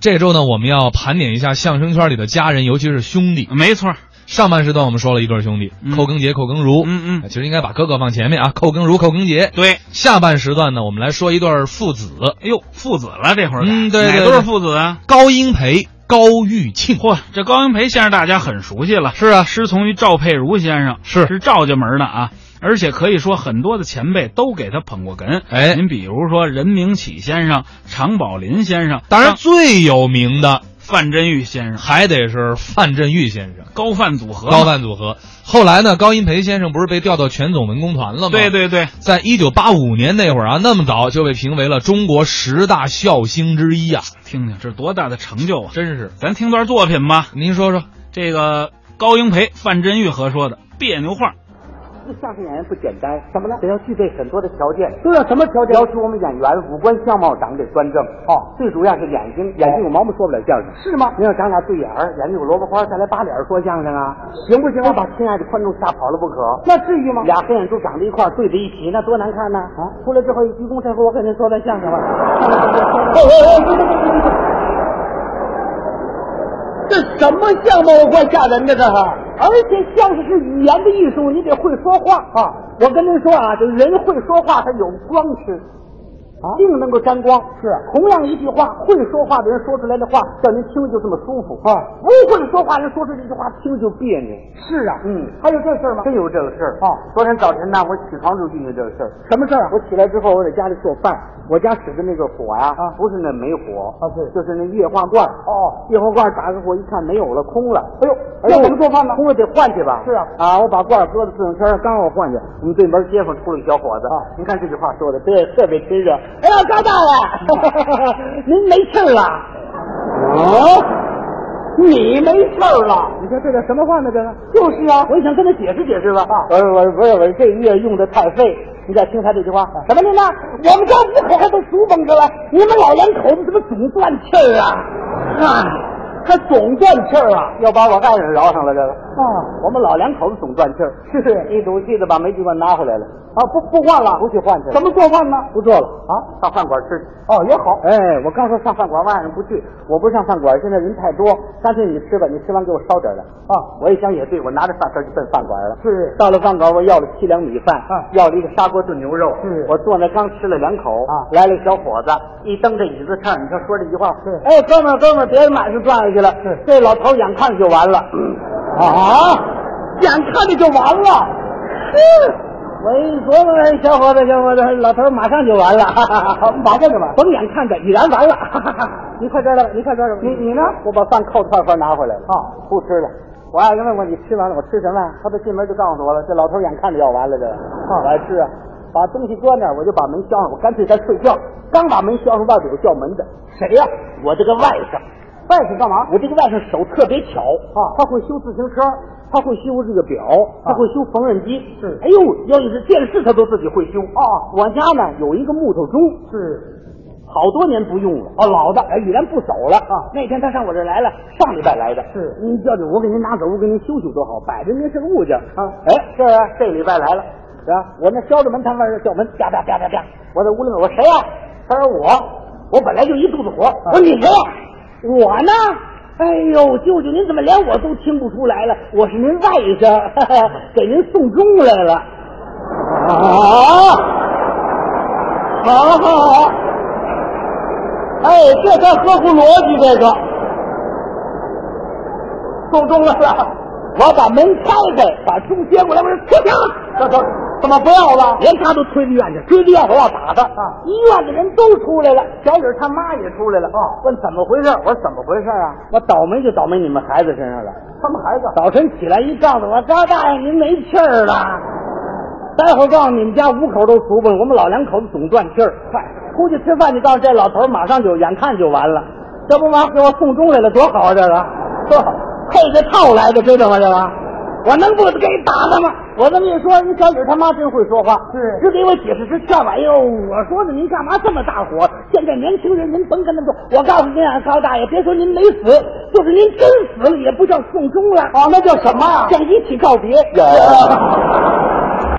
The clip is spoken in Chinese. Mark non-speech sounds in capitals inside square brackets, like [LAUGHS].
这周呢，我们要盘点一下相声圈里的家人，尤其是兄弟。没错，上半时段我们说了一对兄弟，嗯寇更杰、寇更如。嗯嗯，其实应该把哥哥放前面啊，寇更如、寇更杰。对，下半时段呢，我们来说一对父子，哎呦，父子了，这会儿嗯对该对哪对对儿父子啊？高英培、高玉庆。嚯，这高英培先生大家很熟悉了，是啊，师从于赵佩茹先生，是是赵家门的啊，而且可以说很多的前辈都给他捧过哏。哎您比如说任明启先生、常宝林先生，当然张最有名的范振钰先生，还得是范振钰先生，高范组合嘛，高范组合。后来呢，高英培先生不是被调到全总文工团了吗？对。对对，在一九八五年那会儿啊，那么早就被评为了中国十大笑星之一啊，听听这多大的成就啊！真是。咱听段作品吧，您说说，这个高英培、范振钰合说的别扭话。相声演员不简单，怎么了？得要具备很多的条件。都要什么条件？要求我们演员五官相貌长得端正。哦，最主要是眼睛，眼睛有毛病说不了相声。是吗？您要长俩对眼儿，眼睛有萝卜花，再来八脸儿说相声啊，行不行？非把亲爱的观众吓跑了不可。那至于吗？俩黑眼珠长在一块儿对在一起，那多难看呢！啊，出来之后一鞠躬，这回我给您说段相声 [LAUGHS] 吧。哦这什么相貌怪吓人的这是？而且相声是语言的艺术，你得会说话啊！我跟您说啊，这人会说话，他有光吃，啊，定能够沾光。是，啊同样一句话，会说话的人说出来的话，叫您听着就这么舒服啊；不会说话人说出这句话，听着就别扭。是啊，嗯，还有这事儿吗？真有这个事儿啊！昨天早晨呢，我起床就遇见这个事儿。什么事儿、啊我起来之后，我在家里做饭，我家使的那个火呀、啊，不是那煤火啊，是就是那液化罐。哦，液化罐打开火一看没有了，空了。哎呦，那怎么做饭呢？空了得换去吧。是啊，啊，我把罐搁在自行车上，刚要换去，我们对门街坊出了一小伙子。啊，您看这句话说的，对，特别亲热。哎呀，高大爷， [LAUGHS] 您没气儿了？哦。你没事儿了？你说这叫什么话呢？这个就是啊，我也想跟他解释解释吧。啊，我我我我这月用的太费。你再听他这句话，啊什么您呢？我们家五口还都数蹦着了，你们老两口子怎么总断气儿啊？啊，还总断气儿啊？要把我爱人饶上了这个啊！我们老两口子总断气儿，是一赌气的把煤气罐拿回来了啊！不不换了，不去换去。怎么做饭呢？不做了啊，上饭馆吃去。哦，也好。哎，我刚说上饭馆，我爱人不去，我不是上饭馆，现在人太多，干脆你吃吧，你吃完给我烧点儿来啊！我一想也对，我拿着饭盒就奔饭馆了。是，到了饭馆，我要了七两米饭，啊要了一个砂锅炖牛肉。是我坐那刚吃了两口啊来了一小伙子，一蹬这椅子上，你说说这句话，哎，哥们儿，哥们儿，别满是转下去了，是这老头眼看就完了，啊，眼看着就完了，哼。 [LAUGHS] 我一琢磨，哎小伙子，小伙子，老头儿马上就完了， [LAUGHS] 哈哈哈马上就完，甭眼看着，已然完了。哈哈哈 [LAUGHS] 你快这儿来吧，你快这儿来吧。你你呢？我把饭扣饭盒拿回来了，啊，不吃了。我爱人问我你吃完了，我吃什么呀？他都进门就告诉我了，这老头儿眼看着要完了，这个我还吃啊，把东西搁那儿，我就把门销上，我干脆再睡觉。刚把门销上，外边有叫门的，谁呀、我这个外甥。外甥干嘛？我这个外甥手特别巧啊，他会修自行车，他会修这个表，他会修缝纫机。是，哎呦，要是电视他都自己会修啊。我家呢有一个木头钟，是好多年不用了哦，老的哎，已然不走了啊。那天他上我这儿来了，上礼拜来的。是您叫我给您拿走，我给您修修多好，摆着您是个物件啊。哎，这儿啊这礼拜来了，是吧？我那敲着门，他外边叫门，啪啪啪啪啪。我在屋里面，我谁呀、他说我，我本来就一肚子火。我说你谁啊呀、我呢？哎呦，舅舅，您怎么连我都听不出来了？我是您外甥，哈哈，给您送终来了。啊，好好好。哎，这才合乎逻辑，这个送钟来了。我把门开开，把钟接过来，我说出去啊！这都怎么不要了？连他都推到院去，追到院我要打他。啊！医院的人都出来了，小李他妈也出来了。啊！问怎么回事？我说怎么回事啊？我倒霉就倒霉你们孩子身上了。他们孩子早晨起来一告诉我，高大爷您没气儿了。待会儿告诉你们家五口都熟吧，我们老两口子总断气儿。快出去吃饭去，告诉这老头儿马上就眼看就完了，这不完给我送终来了，多好啊！这个，呵，配着套来的，知道吗？这个，我能不给打他吗？我这么一说，人小李他妈真会说话，是只给我解释是笑话。哎呦，我说的您干嘛这么大火？现在年轻人您甭跟他们说，我告诉您啊，高大爷，别说您没死，就是您哦真死了也不叫送终了啊，那叫什么呀？叫遗体告别。